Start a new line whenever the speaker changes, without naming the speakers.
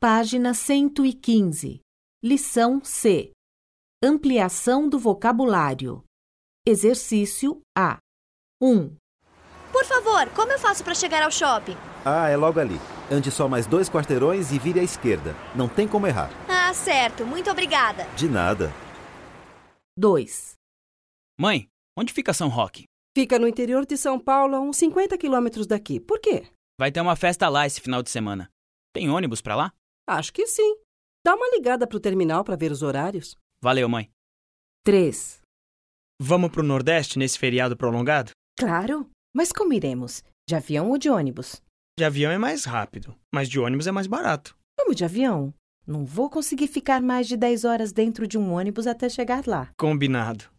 Página 115. Lição C. Ampliação do vocabulário. Exercício A. 1,
Por favor, como eu faço para chegar ao shopping?
Ah, é logo ali. Ande só mais dois quarteirões e vire à esquerda. Não tem como errar.
Ah, certo, muito obrigada.
De nada.
2,
Mãe, onde fica São Roque?
Fica no interior de São Paulo, a uns 50 quilômetros daqui. Por quê?
Vai ter uma festa lá esse final de semana. Tem ônibus pra lá?
Acho que sim. Dá uma ligada pro terminal para ver os horários.
Valeu, mãe.
3,
Vamos pro Nordeste nesse feriado prolongado?
Claro, mas como iremos? De avião ou de ônibus?
De avião é mais rápido, mas de ônibus é mais barato.
Vamos de avião. Não vou conseguir ficar mais de 10 horas dentro de um ônibus até chegar lá.
Combinado.